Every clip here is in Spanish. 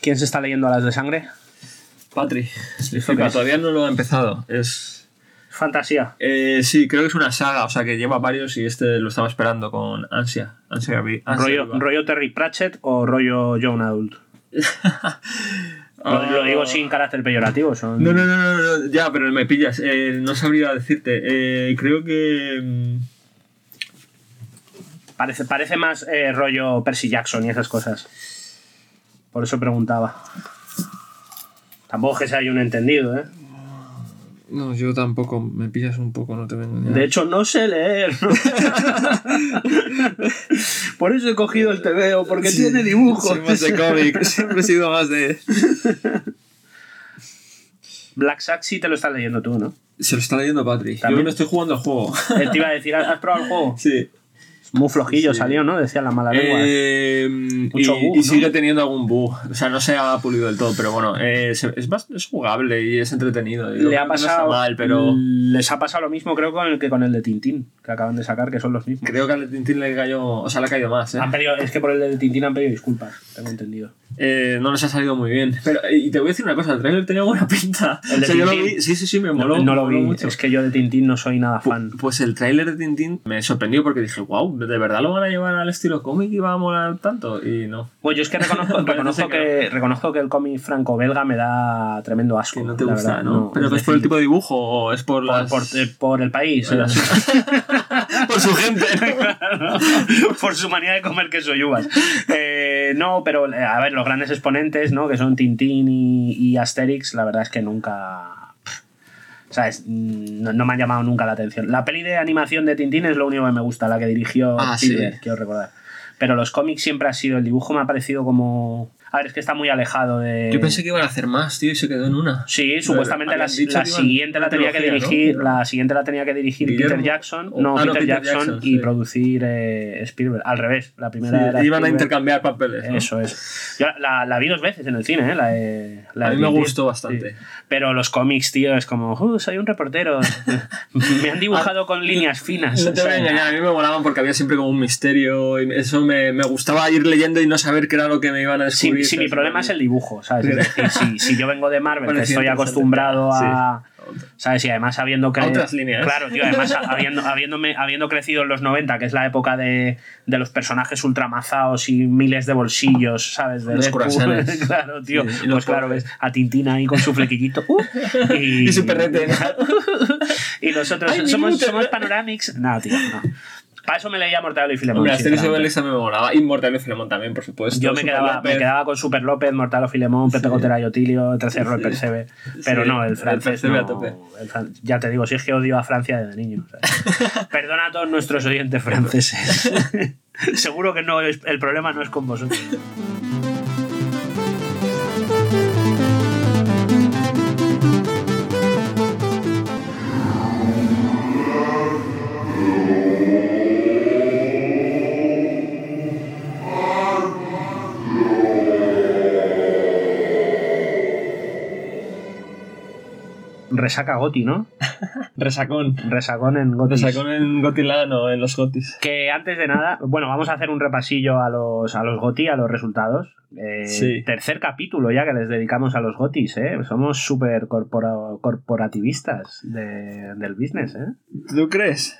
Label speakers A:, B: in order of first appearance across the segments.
A: ¿Quién se está leyendo Alas de Sangre?
B: Patri. Me flipa, todavía no lo ha empezado. Es.
A: Fantasía.
B: eh, sí, creo que es una saga, o sea que lleva varios y este lo estaba esperando con ansia. Ansia, vi- ansia
A: Rollo,
B: viva.
A: rollo Terry Pratchett o rollo John Adult. Lo,
B: Ah.
A: lo digo sin carácter peyorativo. Son...
B: No, no, no, no, no, ya, pero me pillas. Eh, no sabría decirte. Eh, creo que. mm,
A: Parece, parece más eh, rollo Percy Jackson y esas cosas. Por eso preguntaba. Tampoco es que sea yo un entendido, ¿eh?
B: No, yo tampoco. Me pillas un poco, no te vengo
A: De hecho, no sé leer. Por eso he cogido el TVO, porque tiene dibujos.
B: Soy más de cómic. Siempre he sido más de.
A: Black Saxy te lo estás leyendo tú, ¿no?
B: Se lo está leyendo Patrick. Yo
A: También.
B: no estoy jugando al juego.
A: Eh, Te iba a decir, ¿has has probado el juego?
B: sí.
A: Muy flojillo
B: Sí.
A: salió, ¿no? Decía la mala lengua.
B: Eh,
A: Mucho
B: y,
A: bug,
B: y
A: ¿no?
B: sigue teniendo algún bug. O sea, no se ha pulido del todo, pero bueno, eh, es, es más, es jugable y es entretenido. Yo
A: Le
B: creo
A: ha
B: que No
A: pasado.
B: está mal, pero.
A: Les ha pasado lo mismo, creo, con el que con el de Tintín, que acaban de sacar, que son los mismos.
B: Creo que al Tintín le cayó. O sea, le ha caído más, ¿eh?
A: Han pedido- es que por el de Tintín han pedido disculpas, tengo entendido.
B: Eh, no les ha salido muy bien. Pero, eh, y te voy a decir una cosa, el trailer tenía buena pinta.
A: ¿El de
B: O sea, yo lo
A: Tintín?
B: vi, sí, sí, sí, me moló.
A: no, no lo
B: me moló
A: vi,
B: mucho.
A: es que yo de Tintín no soy nada fan.
B: Pues el tráiler de Tintín me sorprendió porque dije, wow, ¿de verdad lo van a llevar al estilo cómic y va a molar tanto? Y no,
A: Bueno, yo es que reconozco,
B: Parece
A: reconozco,
B: que
A: que, reconozco que el cómic franco-belga me da tremendo asco.
B: que no te
A: la
B: gusta,
A: verdad,
B: ¿no? Pero
A: es
B: es por el
A: decir,
B: tipo de dibujo o es por,
A: por,
B: las-
A: por- eh, por el país. eh,
B: por su gente. ¿no?
A: por su manía de comer queso y uvas. Eh, no, pero eh, a ver, los grandes exponentes, ¿no? Que son Tintín y, y Asterix, la verdad es que nunca. ¿Sabes? Mm, No, no me han llamado nunca la atención. La peli de animación de Tintín es lo único que me gusta, la que dirigió
B: Ah,
A: Spielberg,
B: sí.
A: quiero recordar. Pero los cómics siempre ha sido. El dibujo me ha parecido como. A ver, es que está muy alejado de.
B: Yo pensé que iban a hacer más, tío, y se quedó en una.
A: Sí, supuestamente
B: habían
A: la,
B: dicho
A: la
B: que iban
A: siguiente la
B: una
A: tenía que
B: trilogía, ¿no?
A: dirigir, la siguiente la tenía que dirigir
B: Guillermo-
A: Peter Jackson,
B: o-
A: no,
B: ah, no,
A: Peter,
B: Peter
A: Jackson,
B: Jackson,
A: y
B: sí.
A: producir eh, Spielberg. Al revés, la
B: Sí,
A: primera era
B: iban a
A: Spielberg.
B: intercambiar papeles. ¿no?
A: Eso es. Yo la, la vi dos veces en el cine, ¿eh? La, de- la
B: A
A: de
B: mí me
A: Tintín.
B: gustó bastante.
A: Sí. Pero los cómics, tío, es como, "Uh, soy un reportero. me han dibujado con líneas finas.
B: Ah, No te voy a
A: ¿sabes?
B: engañar, a mí me molaban porque había siempre como un misterio y eso me, me gustaba ir leyendo y no saber qué era lo que me iban a
A: Si,
B: descubrir.
A: si mi problema es el dibujo, ¿sabes? Es decir, si, si yo vengo de Marvel,
B: Bueno,
A: que
B: sí,
A: estoy
B: interesante.
A: acostumbrado a.
B: Sí.
A: ¿Sabes? Y además habiendo
B: A
A: cre-
B: otras líneas.
A: Claro, tío, además habiendo, habiéndome, habiendo crecido en los 90, que es la época de, de los personajes ultramazados y miles de bolsillos, ¿sabes? De
B: Los
A: Deadpool.
B: croissants.
A: claro, tío.
B: Sí, y
A: pues
B: los
A: claro,
B: pobres.
A: ves a Tintín ahí con su flequillito. ¡uh! y,
B: Y su perrete.
A: y nosotros
B: Ay, mi
A: somos,
B: glúteo.
A: somos Panoramics. No, tío, no. Para eso me leía Mortadelo y Filemón.
B: Hombre, Asterix y
A: sinceramente.
B: Obelix también me molaba. Y Mortal y Filemón también, por supuesto.
A: Yo me
B: Super
A: quedaba,
B: López.
A: me quedaba con Super López, Mortalo Filemón, Pepe Gotera y Otilio, 13 Roy Percebe. Pero
B: Sí,
A: no, el
B: el
A: francés.
B: Percebe a
A: no,
B: tope.
A: el fran- ya te digo, si es que odio a Francia desde niño. o sea. perdona a todos nuestros oyentes franceses. Seguro que no es- el problema no es con vosotros. Resaca Goti, ¿no?
B: Resacón.
A: Resacón en Goti.
B: Resacón en Gotilano, en los Gotis.
A: Que antes de nada, bueno, vamos a hacer un repasillo a los, a los GOTI, a los resultados. Eh,
B: Sí.
A: Tercer capítulo ya que les dedicamos a los GOTIs, ¿eh? Somos súper corpora- corporativistas de- del business, ¿eh?
B: ¿Tú crees?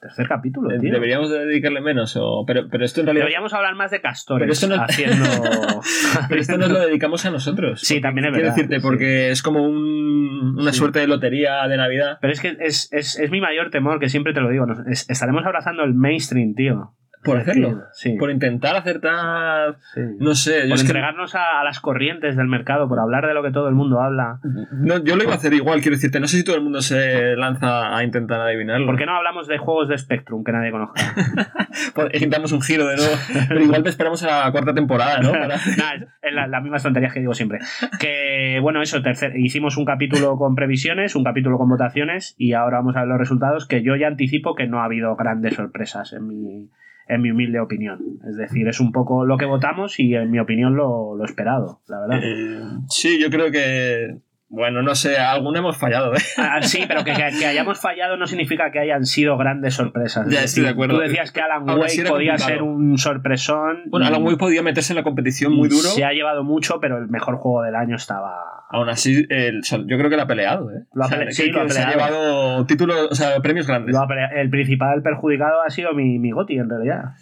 A: Tercer capítulo,
B: Eh,
A: tío.
B: Deberíamos de dedicarle menos. O... Pero, pero esto en realidad.
A: Deberíamos hablar más de castores
B: Pero eso no-
A: haciendo...
B: Pero esto nos lo dedicamos a nosotros.
A: Sí, también es
B: Quiero
A: verdad.
B: decirte,
A: sí.
B: porque es como un- una
A: Sí.
B: suerte de lotería de Navidad.
A: Pero es que es, es- es mi mayor temor, que siempre te lo digo. nos- es- estaremos abrazando el mainstream, tío.
B: Por
A: Es decir,
B: hacerlo.
A: Sí.
B: Por intentar acertar.
A: sí.
B: No sé. yo
A: Por
B: es que-
A: entregarnos a, a las corrientes del mercado, por hablar de lo que todo el mundo habla.
B: No, yo lo iba a hacer igual, quiero decirte. No sé si todo el mundo se lanza a intentar adivinarlo.
A: ¿Por qué no hablamos de juegos de Spectrum que nadie conozca?
B: Por- damos un giro de nuevo. Pero igual te esperamos a la cuarta temporada, ¿no? Para-
A: Nada, es- es la- las mismas tonterías que digo siempre. Que bueno, eso, tercer, hicimos un capítulo con previsiones, un capítulo con votaciones y ahora vamos a ver los resultados que yo ya anticipo que no ha habido grandes sorpresas en mi, en mi humilde opinión. Es decir, es un poco lo que votamos y en mi opinión lo, lo esperado, la verdad.
B: Eh, sí, yo creo que Bueno, no sé, alguna hemos fallado, ¿eh?
A: Ah, sí, pero que, que- que hayamos fallado no significa que hayan sido grandes sorpresas.
B: Ya,
A: Es
B: estoy
A: decir,
B: de acuerdo.
A: Tú decías que Alan
B: Aún
A: Wake
B: así era
A: podía
B: complicado.
A: ser un sorpresón.
B: Bueno, Alan
A: y-
B: Wake podía meterse en la competición muy
A: y
B: duro.
A: Se ha llevado mucho, pero el mejor juego del año estaba.
B: Aún así, el- yo creo que lo ha peleado, ¿eh?
A: Lo ha
B: O sea,
A: pele-
B: que-
A: sí, lo ha
B: que se ha
A: peleado.
B: llevado títulos, o sea, premios grandes.
A: Lo ha pelea- El principal perjudicado ha sido mi, mi Goti, en realidad.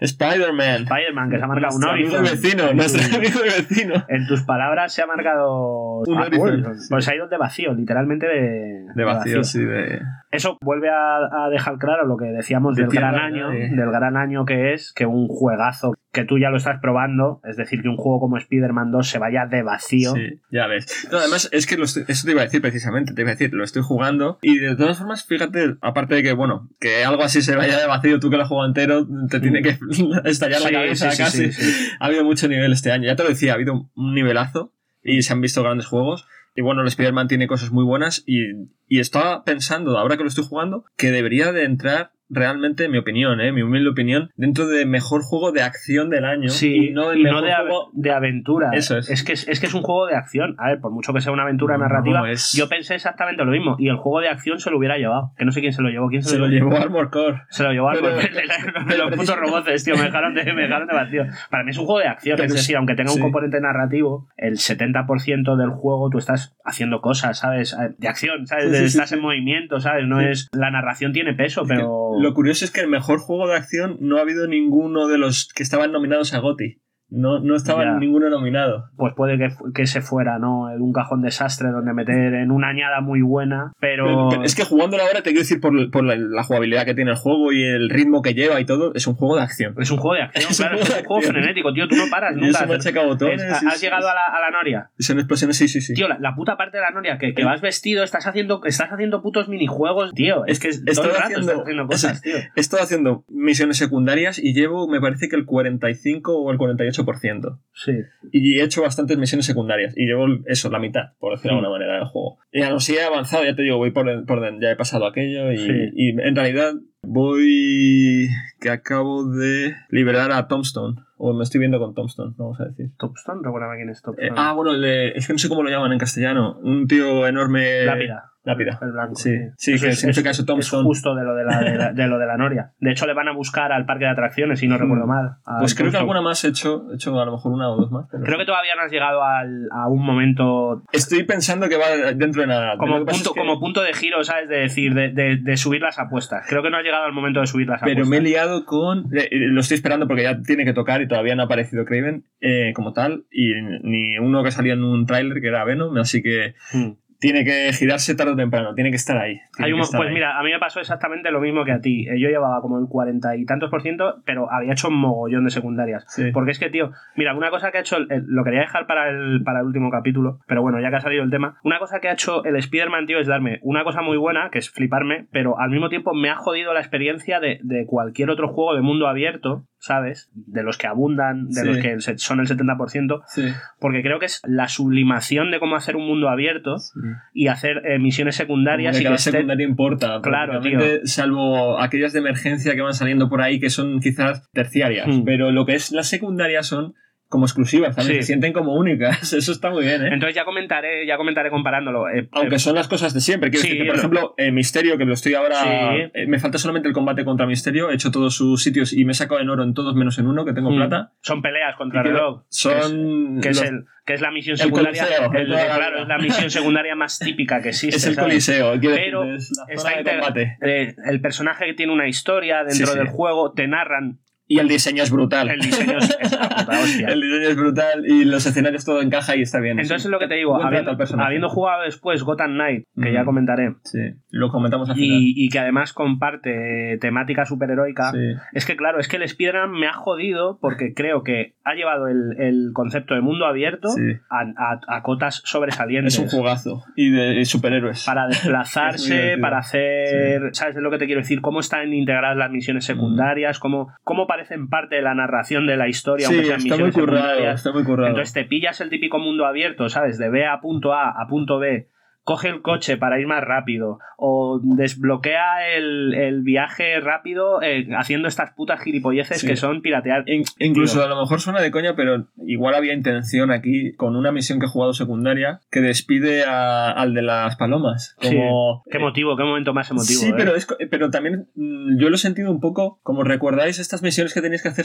B: Spider-Man.
A: Spider-Man, que se ha marcado un
B: Nuestro amigo
A: Horizon.
B: y vecino,
A: En
B: nuestro
A: tu-
B: amigo y vecino.
A: En tus palabras se ha marcado
B: Un
A: Ah,
B: Horizon,
A: Horizon.
B: sí.
A: Pues ha ido de vacío, literalmente de,
B: De vacío, sí, de...
A: Eso vuelve a, a dejar claro lo que decíamos
B: De
A: del
B: tierra
A: gran
B: de
A: año,
B: nadie.
A: del gran año que es que un juegazo que tú ya lo estás probando, es decir, que un juego como Spider-Man 2 se vaya de vacío.
B: Sí, ya ves. No, además, es que lo estoy- eso te iba a decir precisamente, te iba a decir, lo estoy jugando y de todas formas, fíjate, aparte de que, bueno, que algo así se vaya de vacío, tú que lo has jugado entero, te tiene que estallar la
A: Mm. Sí,
B: cabeza
A: sí, sí,
B: casi.
A: sí, sí.
B: Ha habido mucho nivel este año, ya te lo decía, ha habido un- un nivelazo y se han visto grandes juegos. Y bueno, el Spider-Man tiene cosas muy buenas y, y estaba pensando, ahora que lo estoy jugando, que debería de entrar realmente, mi opinión, eh, mi humilde opinión, dentro de mejor juego de acción del año
A: Sí,
B: y no el
A: y no
B: mejor
A: de, ave-
B: juego...
A: de aventura.
B: Eso es.
A: que, es, es que es un juego de acción. A ver, por mucho que sea una aventura
B: No,
A: narrativa,
B: es-
A: yo pensé exactamente lo mismo. Y el juego de acción se lo hubiera llevado. Que no sé quién se lo llevó. ¿Quién se,
B: Se lo llevó Armor Core.
A: Se lo llevó al
B: Pero- pero
A: los putos
B: precisamente-
A: robots, tío, me dejaron, de, me dejaron de vacío. Para mí es un juego de acción,
B: Pero
A: es
B: es-
A: decir, aunque tenga un
B: sí.
A: componente narrativo, el 70% del juego tú estás haciendo cosas, ¿sabes? De acción, ¿sabes?
B: Sí, sí,
A: De-
B: sí,
A: estás
B: sí.
A: en movimiento, ¿sabes? No
B: Sí.
A: es... La narración tiene peso, pero...
B: Lo curioso es que el mejor juego de acción no ha habido ninguno de los que estaban nominados a GOTY. No, no estaba
A: Ya.
B: ninguno nominado.
A: Pues puede que, fu- que se fuera, ¿no? En un cajón desastre donde meter en una añada muy buena, pero...
B: Pero- pero es que jugándolo ahora, te quiero decir, por, por la, la jugabilidad que tiene el juego y el ritmo que lleva y todo, es un juego de acción.
A: Es un juego de acción,
B: Es un
A: claro,
B: juego
A: es
B: de
A: un juego
B: acción.
A: frenético, tío, tú no paras
B: Y eso
A: nunca.
B: machaca botones.
A: Es-
B: y-
A: ¿Has llegado a la, a la noria?
B: y Son explosiones, sí, sí, sí.
A: Tío, la, la puta parte de la noria, que, que
B: Eh.
A: vas vestido, estás haciendo, estás haciendo putos minijuegos, tío. Es que
B: Estoy
A: todo el rato
B: haciendo-
A: estás haciendo cosas, tío.
B: He estado haciendo misiones secundarias y llevo, me parece que el 45 o el 48%.
A: Sí.
B: Y he hecho bastantes misiones secundarias. Y llevo eso, la mitad, por decirlo de
A: Mm.
B: alguna manera, del juego. Y aún así he avanzado, ya te digo, voy por, den- por den- ya he pasado aquello. Y,
A: Sí.
B: y en realidad voy. que acabo de liberar a Tombstone. O me estoy viendo con Tombstone, vamos a decir.
A: Topstone, recuérdame quién es
B: Eh,
A: Topstone.
B: ah, bueno, el de- es que no sé cómo lo llaman en castellano. Un tío enorme.
A: Lápida.
B: eh, Lápida.
A: El blanco.
B: Sí, sí, que significa eso, Tombstone.
A: Es justo de lo de la, de, la, de lo de la noria. De hecho, le van a buscar al parque de atracciones, si no recuerdo mal. al
B: Pues creo que
A: Tombstone.
B: alguna más he hecho, he hecho a lo mejor una o dos más. pero-
A: ah, Creo que todavía no has llegado al, a un momento
B: Estoy pensando que va dentro de nada. Lo
A: como
B: que pasa
A: punto,
B: es que-
A: como punto de giro, ¿sabes? De decir, de, de, de subir las apuestas. Creo que no has llegado al momento de subir las
B: Pero
A: apuestas.
B: me he liado con. eh, eh, Lo estoy esperando porque ya tiene que tocar y todavía no ha aparecido Craven eh, como tal. Y ni uno que salía en un tráiler que era Venom. Así que
A: Mm.
B: tiene que girarse tarde o temprano. Tiene que estar ahí. Hmm, tiene
A: Hay
B: que
A: un-
B: estar
A: pues
B: ahí.
A: mira, a mí me pasó exactamente lo mismo que a ti. Eh, Yo llevaba como el cuarenta y tantos por ciento, pero había hecho un mogollón de secundarias.
B: Sí.
A: Porque es que, tío, mira, una cosa que ha hecho, el- el- lo quería dejar para el, para el último capítulo, pero bueno, ya que ha salido el tema, una cosa que ha hecho el Spider-Man, tío, es darme una cosa muy buena, que es fliparme, pero al mismo tiempo me ha jodido la experiencia de, de cualquier otro juego de mundo abierto, ¿sabes? De los que abundan, de
B: Sí.
A: los que el se- son el 70%,
B: Sí.
A: porque creo que es la sublimación de cómo hacer un mundo abierto y hacer eh, misiones secundarias
B: Como
A: y
B: que
A: que
B: la
A: esté-
B: secundaria importa.
A: Claro,
B: prácticamente, Salvo aquellas de emergencia que van saliendo por ahí que son quizás terciarias.
A: Hmm.
B: Pero lo que es las secundarias son como exclusivas. ¿sabes?
A: Sí.
B: Se sienten como únicas. Eso está muy bien, ¿eh?
A: Entonces ya comentaré, ya comentaré comparándolo. eh,
B: Aunque
A: eh,
B: son las cosas de siempre. Quiero
A: Sí,
B: decirte, por
A: lo-
B: ejemplo, el Misterio, que lo estoy ahora.
A: Sí.
B: eh, me falta solamente el combate contra Misterio. He hecho todos sus sitios y me he sacado en oro en todos menos en uno, que tengo
A: Mm.
B: plata.
A: son peleas contra
B: Y que
A: el reloj.
B: Son.
A: que es,
B: los-
A: el, que es la misión
B: el
A: secundaria
B: coliseo,
A: el-
B: el-
A: claro, es la misión secundaria más típica que existe
B: es el
A: ¿sabes?
B: Coliseo. quiero
A: Pero
B: decirte, es
A: está
B: la zona de
A: integra-
B: combate.
A: Eh, el personaje que tiene una historia dentro
B: Sí, sí.
A: del juego te narran
B: Y el diseño es brutal.
A: el diseño es, es la puta hostia
B: El diseño es brutal y los escenarios todo encaja y está bien.
A: entonces
B: Sí.
A: lo que te digo
B: Buen trato
A: habiendo,
B: al personaje.
A: habiendo jugado después Gotham Knight que
B: Mm.
A: ya comentaré
B: Sí, lo comentamos al final.
A: y, y que además comparte eh, temática superheroica
B: Sí.
A: Es que claro, es que el Spider-Man me ha jodido porque creo que ha llevado el, el concepto de mundo abierto
B: Sí.
A: a, a- a cotas sobresalientes.
B: Es un jugazo. Y de y superhéroes.
A: para
B: Es muy
A: desplazarse,
B: divertido.
A: para hacer. ¿Sabes lo que te quiero decir? Cómo están integradas las
B: Mm.
A: misiones secundarias, cómo, cómo parecen parte de la narración de la historia,
B: sí,
A: aunque sean
B: está muy
A: misiones
B: currado.
A: secundarias.
B: Está muy currado.
A: Entonces te pillas el típico mundo abierto, ¿sabes? De B a punto A a punto B coge el coche para ir más rápido o desbloquea el, el viaje rápido eh, haciendo estas putas gilipolleces
B: Sí.
A: que son piratear.
B: In- incluso
A: Tío.
B: a lo mejor suena de coña, pero igual había intención aquí con una misión que he jugado secundaria que despide a- al de las palomas.
A: Sí.
B: Como,
A: Qué motivo, qué momento más emotivo.
B: Eh, Sí,
A: ¿eh?
B: pero, es co- pero también mm, yo lo he sentido un poco, como recordáis estas misiones que tenéis que hacer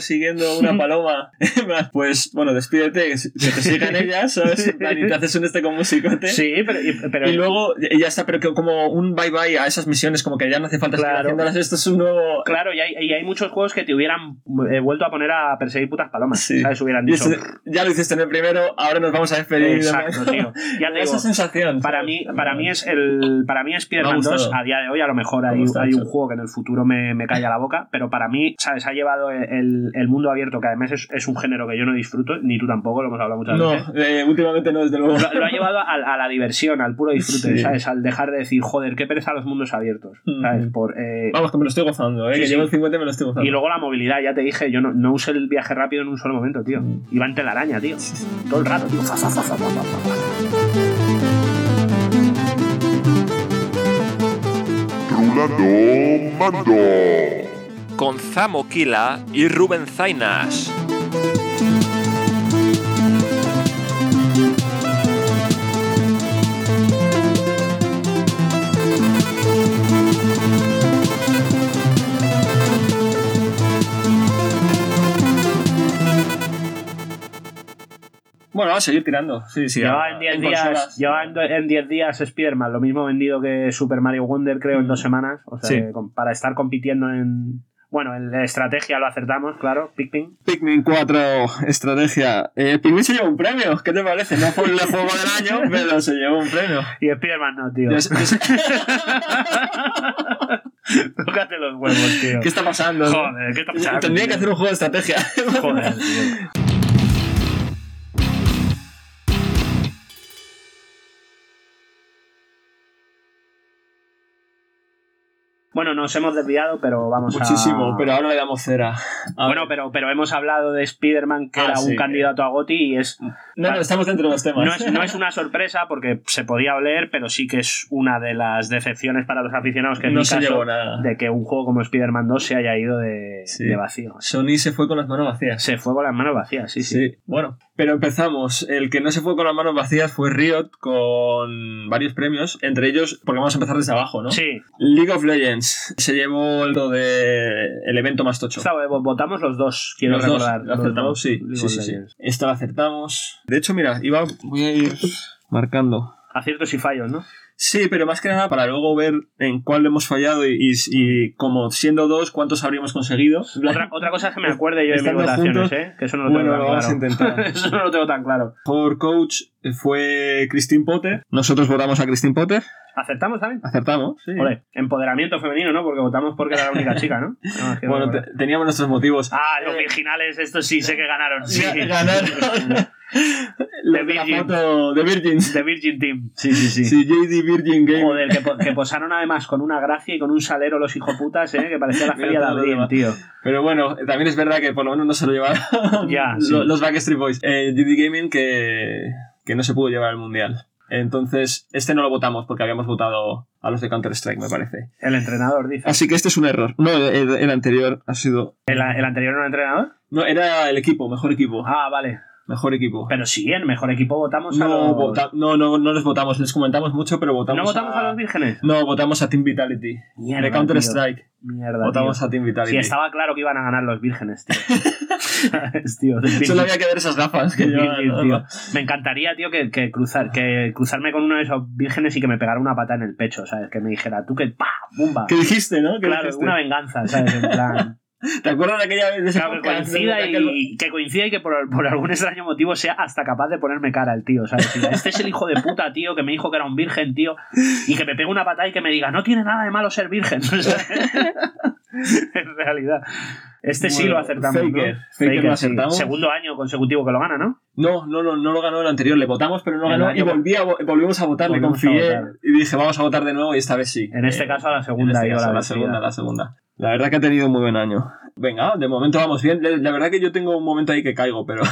B: siguiendo una paloma, pues bueno, despídete, que s- que te sigan ellas, ¿sabes? En plan, Y te haces un este con musicote.
A: Sí, pero, y- pero
B: Y luego y ya está, pero que como un bye bye a esas misiones, como que ya no hace falta seguir
A: Claro.
B: haciéndolas, esto es un nuevo...
A: claro, y hay, y hay muchos juegos que te hubieran eh, vuelto a poner a perseguir putas palomas.
B: Sí.
A: ¿Sabes? Hubieran
B: y
A: dicho. "Eh,
B: esto- ya lo hiciste en el primero, ahora nos vamos a despedir.
A: Exacto, tío. Ya te digo,
B: Esa sensación.
A: para
B: ¿sabes?
A: mí, para mí es el. Para mí
B: Me ha
A: Spider-Man
B: gustado.
A: 2, a día de hoy, a lo mejor
B: Me ha
A: hay,
B: gustado,
A: hay un
B: sí.
A: juego que en el futuro me, me calla la boca, pero para mí, ¿sabes? Ha llevado el, el mundo abierto, que además es, es un género que yo no disfruto, ni tú tampoco, lo hemos hablado muchas
B: No,
A: veces.
B: eh, últimamente no, desde luego.
A: Lo, lo ha llevado al- a, la diversión, al puro disfrute,
B: Sí. Mm.
A: ¿sabes? Al dejar de decir, joder, qué pereza los mundos abiertos, ¿sabes?
B: Ujú.
A: Por, eh,
B: Vamos, que me lo estoy gozando, ¿eh?
A: Sí,
B: que
A: sí.
B: llevo el 50 y me lo estoy gozando.
A: y luego la movilidad, ya te dije, yo no, no usé el viaje rápido en un solo momento, tío. Iba en telaraña, tío. Todo el rato, tío. Fa, fa, fa, fa, fa, fa, fa.
C: Rulando Mando.
D: con Zamo Kila y Rubén Zainas.
B: Bueno, vamos a seguir tirando. Sí, sí.
A: Llevaba
B: a-
A: en 10
B: consolas.
A: días, llevaba en do- en 10 días Spider-Man, lo mismo vendido que Super Mario Wonder, creo, en dos semanas. O sea,
B: Sí.
A: que con- para estar compitiendo en. Bueno, en la estrategia lo acertamos, claro, Pikmin.
B: Pikmin 4 estrategia. Eh, Pikmin se llevó un premio, ¿qué te parece? No fue el juego del año, pero se llevó un premio.
A: Y Spider-Man no, tío.
B: Yo sé- yo sé-
A: Tócate los huevos, tío.
B: ¿Qué está pasando?
A: Joder, ¿qué está pasando?
B: eh, Tendría que
A: tío?
B: hacer un juego de estrategia.
A: Joder, tío. Bueno, nos hemos desviado, pero vamos a...
B: Muchísimo, pero ahora le damos cera. A
A: Ah. Bueno,
B: ver.
A: pero, pero hemos hablado de Spider-Man, que
B: Ah,
A: era
B: sí. Pues-
A: un candidato a Goti, y es
B: No, no, estamos dentro de los temas.
A: no, es, no es una sorpresa porque se podía oler, pero sí que es una de las decepciones para los aficionados, que en
B: No
A: mi
B: se
A: caso,
B: llevó nada.
A: de que un juego como Spider-Man 2 se haya ido de,
B: Sí.
A: de vacío.
B: Sony se fue con las manos vacías.
A: Se fue con las manos vacías, sí, sí.
B: bueno. Pero empezamos. El que no se fue con las manos vacías fue Riot con varios premios, entre ellos, porque vamos a empezar desde abajo, ¿no?
A: Sí,
B: League of Legends se llevó el do de el evento más tocho.
A: Está, eh, votamos los dos, quiero
B: Los dos
A: recordar.
B: lo
A: Los
B: acertamos,
A: dos,
B: sí,
A: League
B: sí,
A: of
B: sí, sí.
A: Legends.
B: Esta la acertamos. De hecho, mira, iba, voy a ir marcando.
A: Aciertos y fallos, ¿no?
B: Sí, pero más que nada para luego ver en cuál hemos fallado y, y- y como siendo dos, cuántos habríamos conseguido.
A: Otra, otra cosa es que me acuerde yo de mis
B: Estando
A: votaciones,
B: juntos,
A: ¿eh? Que eso no lo tengo
B: bueno,
A: tan
B: lo vamos a
A: claro.
B: intentar.
A: Eso no lo tengo tan claro.
B: Por coach fue Christine Potter. Nosotros votamos a Christine Potter.
A: ¿Aceptamos también?
B: Acertamos. sí.
A: Ole, empoderamiento femenino, ¿no? Porque votamos porque era la única chica, ¿no? No, es que no
B: Bueno,
A: me
B: te-
A: acuerdo.
B: teníamos nuestros motivos.
A: Ah, los virginales, estos sí sé que ganaron. Sí.
B: Ga- Ganaron.
A: The
B: Los de la
A: Virgin.
B: foto de Virgins.
A: The Virgin Team. Sí, sí, sí.
B: Sí, JD Virgin Game.
A: Joder, que, po- que posaron además con una gracia y con un salero los hijoputas, ¿eh? Que parecía la
B: Mira
A: feria de
B: todo lo
A: abril,
B: demás.
A: tío.
B: Pero bueno, también es verdad que por lo menos no se lo llevaron
A: Ya,
B: lo-
A: sí.
B: los, Backstreet Boys. Eh, GD Gaming que, que no se pudo llevar al mundial. Entonces, este no lo votamos porque habíamos votado a los de Counter-Strike, me parece.
A: El entrenador, dice.
B: Así que este es un error. No, el, el anterior ha sido.
A: ¿El, el anterior no era entrenador?
B: No, era el equipo, mejor equipo.
A: Ah, vale.
B: Mejor equipo.
A: Pero sí, en mejor equipo votamos a
B: No,
A: los...
B: vota- no, no, no les votamos, les comentamos mucho, pero votamos.
A: ¿No votamos a los vírgenes?
B: No, votamos a Team Vitality.
A: Mierda,
B: de Counter-Strike.
A: tío. Mierda,
B: Votamos
A: tío.
B: a Team Vitality.
A: Sí, estaba claro que iban a ganar los vírgenes, tío. ¿Sabes, tío? Del
B: Solo
A: Virgin-
B: había que ver esas gafas que
A: del
B: llevan,
A: Virgin,
B: ¿no?
A: tío. Me encantaría, tío, que, que cruzar, que cruzarme con uno de esos vírgenes y que me pegara una pata en el pecho, ¿sabes? Que me dijera, tú que pa, bumba.
B: ¿Qué dijiste, no? ¿Qué
A: Claro,
B: dijiste?
A: una venganza, ¿sabes? En plan.
B: ¿Te acuerdas de aquella vez de ese
A: Claro, que
B: podcast?
A: coincida
B: De aquel-
A: y que, coincida y que por, por algún extraño motivo sea hasta capaz de ponerme cara el tío, ¿sabes? Mira, Este es el hijo de puta, tío, que me dijo que era un virgen, tío, y que me pegue una patada y que me diga, no tiene nada de malo ser virgen. O sea, en realidad. Este sí
B: Bueno,
A: lo acertamos. ¿no?
B: Faker. Faker lo
A: sí.
B: acertamos.
A: Segundo año consecutivo que lo gana, ¿no?
B: No, no, no, no lo ganó el anterior. Le votamos, pero no
A: El
B: ganó.
A: año-
B: Y volví a vo- volvimos a votar, le
A: Volvimos a
B: confié
A: votar.
B: y dije, vamos a votar de nuevo y esta vez sí.
A: En este
B: Eh,
A: caso a la
B: en
A: segunda
B: este
A: dio
B: caso,
A: la
B: la
A: vencida.
B: segunda, la segunda. La verdad que ha tenido un muy buen año. Venga, de momento vamos bien. La- La verdad que yo tengo un momento ahí que caigo, pero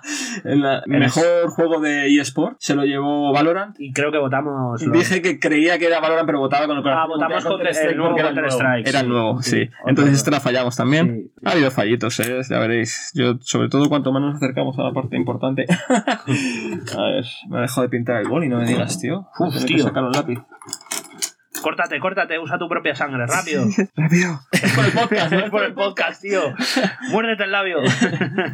B: en la- el
A: Eres-
B: mejor juego de eSport se lo llevó Valorant.
A: Y creo que votamos. los-
B: Dije que creía que era Valorant, pero votaba con el corazón.
A: Pues Ah, votamos
B: Voté a
A: Counter-
B: Counter-Strike
A: el nuevo
B: porque era
A: Counter-Strike,
B: Era el
A: sí.
B: nuevo,
A: Sí,
B: sí.
A: otro
B: Entonces
A: nuevo.
B: esta la fallamos también.
A: Sí.
B: Ha habido fallitos, ¿eh? ya veréis. Yo, sobre todo cuanto más nos acercamos a la parte importante. a ver, me ha dejado de pintar el boli, no me digas, tío. Voy a
A: Uf,
B: tener que
A: tío.
B: sacar un lápiz.
A: Córtate, córtate, usa tu propia sangre, rápido.
B: Rápido. Es por el podcast,
A: es por el podcast, tío. Muérdete el labio.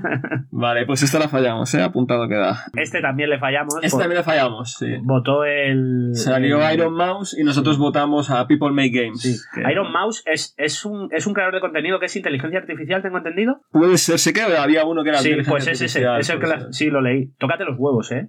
B: Vale, pues esta la fallamos, ¿eh? Apuntado queda.
A: Este también le fallamos.
B: Esta
A: por- Eh,
B: también la fallamos, sí.
A: Votó el.
B: Salió
A: el-
B: Iron Mouse y nosotros votamos a People Make Games.
A: Sí.
B: Que-
A: Iron Mouse es, es, un, es un creador de contenido que es inteligencia artificial, ¿tengo entendido?
B: Puede ser, sé que había uno que era
A: Sí,
B: inteligencia
A: pues es ese.
B: artificial,
A: Es el que
B: puede
A: la-
B: ser.
A: sí, lo leí. Tócate los huevos, ¿eh?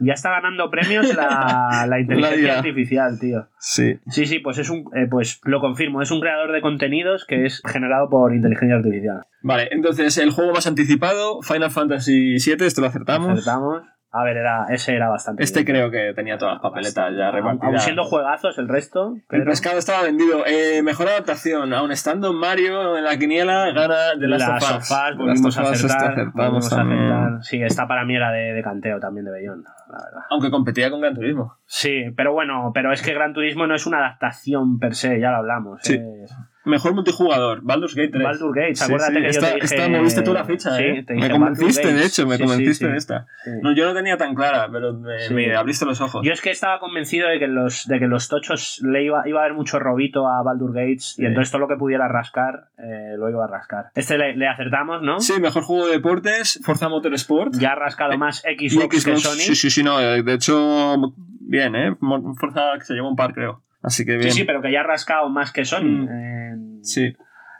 A: Ya está ganando premios la, la inteligencia
B: IA.
A: artificial, tío.
B: Sí.
A: Sí, sí, pues es un. eh, pues lo confirmo, es un creador de contenidos que es generado por inteligencia artificial.
B: Vale, entonces el juego más anticipado, Final Fantasy VII, esto lo acertamos.
A: Acertamos. A ver, era, ese era bastante.
B: Este
A: bien.
B: creo que tenía todas las papeletas ya
A: Aun-
B: repartidas.
A: aun siendo juegazos el resto.
B: El
A: Pedro,
B: pescado estaba vendido. Eh, mejor adaptación. Aun estando Mario en la quiniela, gana de Last
A: las
B: of Us.
A: sofás,
B: The
A: volvimos a
B: Last of Us, este
A: acertar.
B: acertamos
A: volvimos a
B: también.
A: acertar. Sí, esta para mí era de, de canteo también de Bellón, la verdad.
B: Aunque competía con Gran Turismo.
A: Sí, pero bueno, pero es que Gran Turismo no es una adaptación per se, ya lo hablamos.
B: Sí.
A: eh.
B: Mejor multijugador, Baldur's Gate 3.
A: Baldur Gates,
B: Sí,
A: acuérdate
B: sí,
A: que
B: esta,
A: yo te dije...
B: esta moviste tú la ficha,
A: Sí,
B: ¿eh?
A: te
B: me
A: dije
B: convenciste,
A: Baldur's
B: de hecho, me
A: Gates. Sí,
B: convenciste
A: sí,
B: de
A: sí,
B: esta.
A: sí.
B: No, yo no tenía tan clara, pero me,
A: Sí.
B: me abriste los ojos.
A: Yo es que estaba convencido de que los, de que los tochos le iba, iba a haber mucho robito a Baldur Gates
B: Sí.
A: y entonces todo lo que pudiera rascar eh, lo iba a rascar. Este le, le acertamos, ¿no?
B: Sí, mejor juego de deportes, Forza Motorsport.
A: Ya ha rascado más
B: y
A: Xbox, que
B: Xbox.
A: Sony.
B: Sí, sí, sí, no. eh, De hecho, bien, ¿eh? Mo- Forza que se lleva un par, creo. Así que
A: Sí,
B: bien.
A: sí, pero que ya ha rascado más que Sony
B: Mm.
A: en,
B: Sí.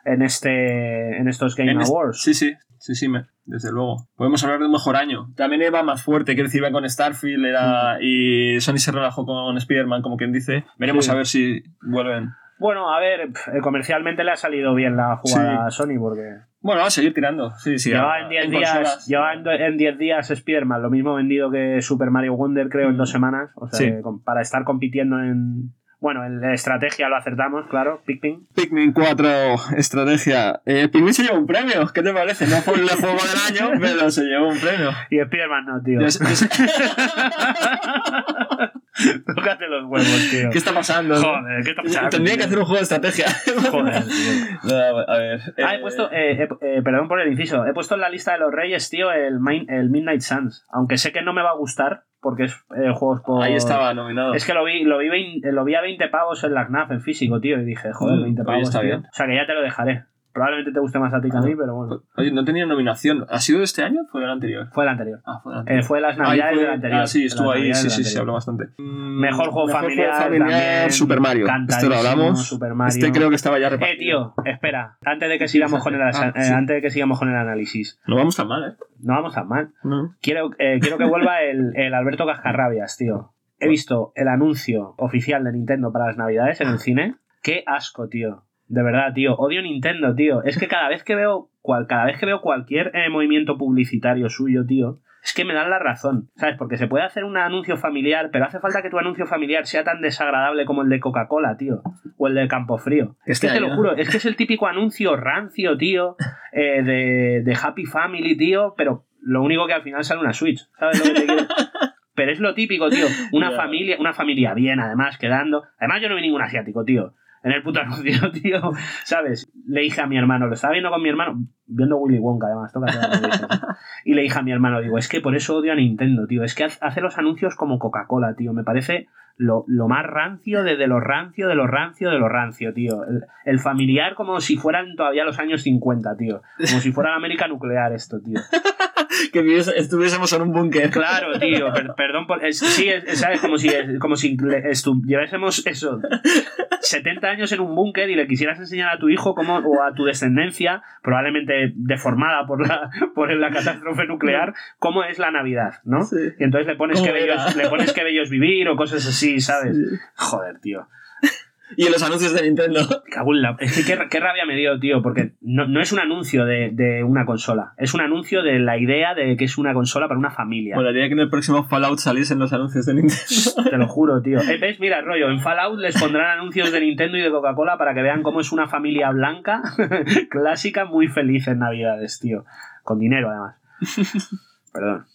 A: en este, en estos Game
B: En es-
A: Awards.
B: Sí, sí, sí, sí, me- desde luego. Podemos hablar de un mejor año. También iba más fuerte, quiero decir, iba con Starfield era, y Sony se relajó con Spider-Man, como quien dice. Veremos
A: Sí.
B: a ver si vuelven.
A: Bueno, a ver, pf, eh, comercialmente le ha salido bien la jugada a Sony porque
B: Bueno, va a seguir tirando. Sí, sí.
A: llevaba
B: a-
A: en 10
B: consolas.
A: días, llevaba en do- en 10 días Spider-Man, lo mismo vendido que Super Mario Wonder, creo, en
B: Mm.
A: dos semanas. O sea,
B: Sí.
A: que con- para estar compitiendo en. Bueno, en la estrategia lo acertamos, claro, Pikmin.
B: Pikmin 4, estrategia. Eh, Pikmin se llevó un premio, ¿qué te parece? No fue el juego del año, pero se llevó un premio.
A: Y Spider-Man no, tío.
B: Yo sé- yo sé-
A: Tócate los huevos, tío.
B: ¿Qué está pasando?
A: Joder, ¿qué está pasando?
B: Tendría que hacer un juego de estrategia.
A: Joder, tío.
B: No, a ver.
A: Ah,
B: eh,
A: he puesto, eh, he- eh, perdón por el inciso, he puesto en la lista de los reyes, tío, el, Min- el Midnight Suns. Aunque sé que no me va a gustar, porque es eh, juegos por.
B: Ahí estaba nominado.
A: Es que lo vi, lo, vi vein- eh, lo vi a 20 pavos en la CNAF en físico, tío, y dije, joder,
B: Mm,
A: 20
B: oye,
A: pavos.
B: está
A: tío.
B: bien.
A: O sea que ya te lo dejaré. Probablemente te guste más a ti que a mí, pero bueno.
B: Oye, no tenía nominación. ¿Ha sido de este año o fue del anterior?
A: Fue el anterior.
B: Ah, fue del
A: Eh, fue las navidades
B: Ah, fue-
A: del anterior.
B: Ah, sí, estuvo
A: Las
B: ahí,
A: navidades
B: sí,
A: del
B: sí, se
A: anterior. Mm,
B: habló bastante.
A: Mejor
B: Mm,
A: juego familiar. también,
B: Super Mario. Esto lo
A: cantadísimo,
B: hablamos.
A: Super Mario.
B: Este creo que estaba ya repartido.
A: Eh, tío, espera, antes de que sigamos con el,
B: Ah,
A: eh,
B: sí.
A: antes de que sigamos con el análisis,
B: No vamos tan mal, ¿eh?
A: no vamos tan mal.
B: No.
A: Quiero, eh, quiero que vuelva el, el Alberto Cascarrabias, tío. He visto el anuncio oficial de Nintendo para las navidades en el cine. Qué asco, tío. De verdad, tío. Odio Nintendo, tío. Es que cada vez que veo, cual, cada vez que veo cualquier eh, movimiento publicitario suyo, tío, es que me dan la razón. ¿Sabes? Porque se puede hacer un anuncio familiar, pero hace falta que tu anuncio familiar sea tan desagradable como el de Coca-Cola, tío. O el de Campofrío. Es
B: Este
A: que te
B: año.
A: lo juro, es que es el típico anuncio rancio, tío, eh, de, de Happy Family, tío, pero lo único que al final sale una Switch. ¿Sabes lo que te quiero? Pero es lo típico, tío. Una
B: Ya.
A: familia, una familia bien, además, quedando. Además, yo no vi ningún asiático, tío. En el puto anuncio, tío. ¿Sabes? Le dije a mi hermano, lo estaba viendo con mi hermano, viendo Willy Wonka, además, toca toda la película. Y le dije a mi hermano, digo, es que por eso odio a Nintendo, tío. Es que haz- hace los anuncios como Coca-Cola, tío. Me parece lo, lo más rancio de, de lo rancio, de lo rancio, de lo rancio, tío. El, el familiar como si fueran todavía los años 50, tío. Como si fuera la América nuclear esto, tío.
B: Que viviese- estuviésemos en un búnker.
A: Claro, tío, per- perdón por. es- sí, es- es- ¿sabes? Como si, es- como si le- estu- llevásemos eso, 70 años en un búnker y le quisieras enseñar a tu hijo cómo, o a tu descendencia, probablemente deformada por la, por la catástrofe nuclear, cómo es la Navidad, ¿no?
B: Sí.
A: Y entonces le pones, que
B: ¿Cómo era?
A: bellos, le pones que bellos vivir o cosas así, ¿sabes? Joder, tío.
B: y en los anuncios de Nintendo.
A: Me cago en la- Es que qué, qué rabia me dio, tío, porque no, no es un anuncio de, de una consola, es un anuncio de la idea de que es una consola para una familia.
B: Molaría que en el próximo Fallout saliese en los anuncios de Nintendo.
A: Te lo juro, tío. Eh, ¿Ves? Mira, rollo, en Fallout les pondrán anuncios de Nintendo y de Coca-Cola para que vean cómo es una familia blanca, clásica, muy feliz en Navidades, tío. Con dinero, además. Perdón.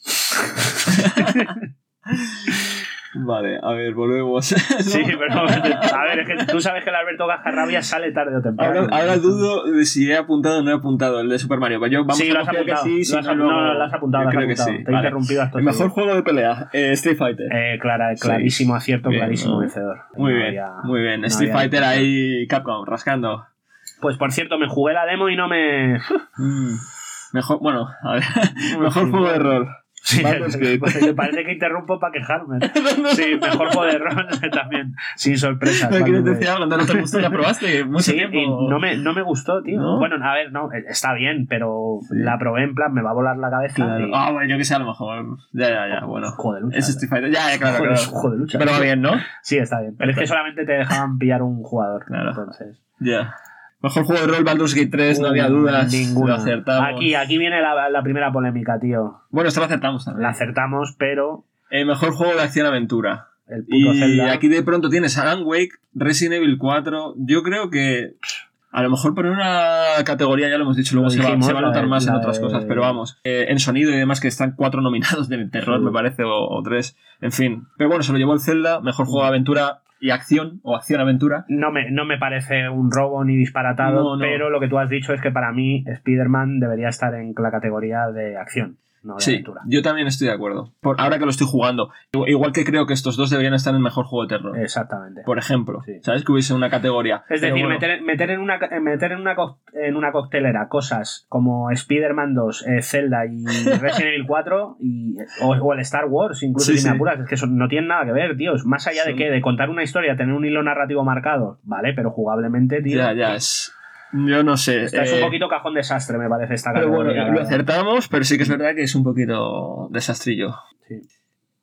B: vale, a ver, volvemos.
A: Sí, pero a ver, es que tú sabes que el Alberto Gajarrabia sale tarde o temprano.
B: Ahora, ahora dudo de si he apuntado o no he apuntado el de Super Mario. Yo vamos
A: Sí,
B: a
A: lo has
B: confiar que
A: apuntado.
B: sí,
A: Lo
B: si
A: has
B: no,
A: apu-
B: luego-
A: no, no, lo has apuntado,
B: Yo
A: lo has
B: creo que
A: apuntado.
B: sí.
A: Te he
B: Vale.
A: interrumpido hasta
B: El
A: te
B: mejor
A: digo.
B: juego de pelea, eh, Street Fighter.
A: Eh, clara,
B: Sí.
A: clarísimo acierto,
B: Bien,
A: clarísimo
B: ¿no?
A: vencedor.
B: muy
A: No
B: bien,
A: había-
B: muy bien. Street
A: había
B: Fighter
A: discusión.
B: ahí, Capcom, rascando.
A: Pues por cierto, me jugué la demo y no me.
B: Mm, Mejor, bueno, a ver, mejor juego de rol.
A: Sí,
B: Baldur's Gate.
A: me pues parece que interrumpo para quejarme. Sí, mejor juego de rol también. Sin sorpresa.
B: ¿Qué quieres decir algo? No te gustó, ya probaste mucho
A: Sí, y
B: tiempo.
A: no me, no me gustó, tío.
B: ¿No?
A: Bueno, a ver, no, eh, está bien, pero la probé en plan, me va a volar la cabeza. y-
B: Ah, bueno, yo que sé, a lo mejor. Ya, ya, ya, bueno.
A: Juego de lucha.
B: Es Street Fighter. Ya, ya, claro,
A: Joder,
B: claro.
A: es un juego de lucha.
B: Pero va bien, ¿no?
A: Sí, está bien. Pero es que solamente te dejaban pillar un jugador.
B: Claro.
A: Entonces,
B: Ya. Mejor juego de rol, Baldur's Gate 3, no había
A: Uh,
B: dudas.
A: Ninguna.
B: Lo acertamos.
A: Aquí, aquí viene la, la primera polémica, tío.
B: Bueno, esto lo acertamos también.
A: La acertamos, pero
B: El mejor juego de acción-aventura.
A: el puto
B: Y
A: Zelda.
B: aquí de pronto tienes Alan Wake, Resident Evil 4. Yo creo que. A lo mejor poner una categoría, ya lo hemos dicho, luego
A: Lo
B: se, va-
A: dijimos,
B: se va a
A: la
B: notar
A: de-
B: más en
A: la
B: otras
A: de-
B: cosas, pero vamos. eh, en sonido y demás, que están cuatro nominados de terror,
A: Sí.
B: me parece, o, o tres. En fin. Pero bueno, se lo llevó el Zelda, mejor juego de aventura y acción, o acción-aventura.
A: No me, no me parece un robo ni disparatado,
B: No, no.
A: pero lo que tú has dicho es que para mí Spider-Man debería estar en la categoría de acción, no de
B: Sí,
A: aventura.
B: yo también estoy de acuerdo. Por, ahora que lo estoy jugando. Igu- Igual que creo que estos dos deberían estar en el mejor juego de terror.
A: Exactamente.
B: por ejemplo.
A: Eh, Sí.
B: ¿Sabes? Que hubiese una categoría.
A: es
B: Pero
A: decir,
B: bueno,
A: meter, meter en una eh, meter en una, co- en una coctelera cosas como Spider-Man 2, eh, Zelda y Resident Evil 4 y, o, o el Star Wars, incluso
B: Sí,
A: si me
B: sí.
A: apuras, es que eso no tiene nada que ver, tío. Es Más allá de
B: Sí.
A: que de contar una historia, tener un hilo narrativo marcado, vale, pero jugablemente, tío.
B: Ya, ya, es. Yo no sé.
A: Esta es un
B: eh,
A: poquito cajón desastre, me parece esta
B: Pero bueno,
A: categoría, la
B: lo
A: verdad.
B: acertamos, pero sí que es verdad que es un poquito desastrillo.
A: Sí.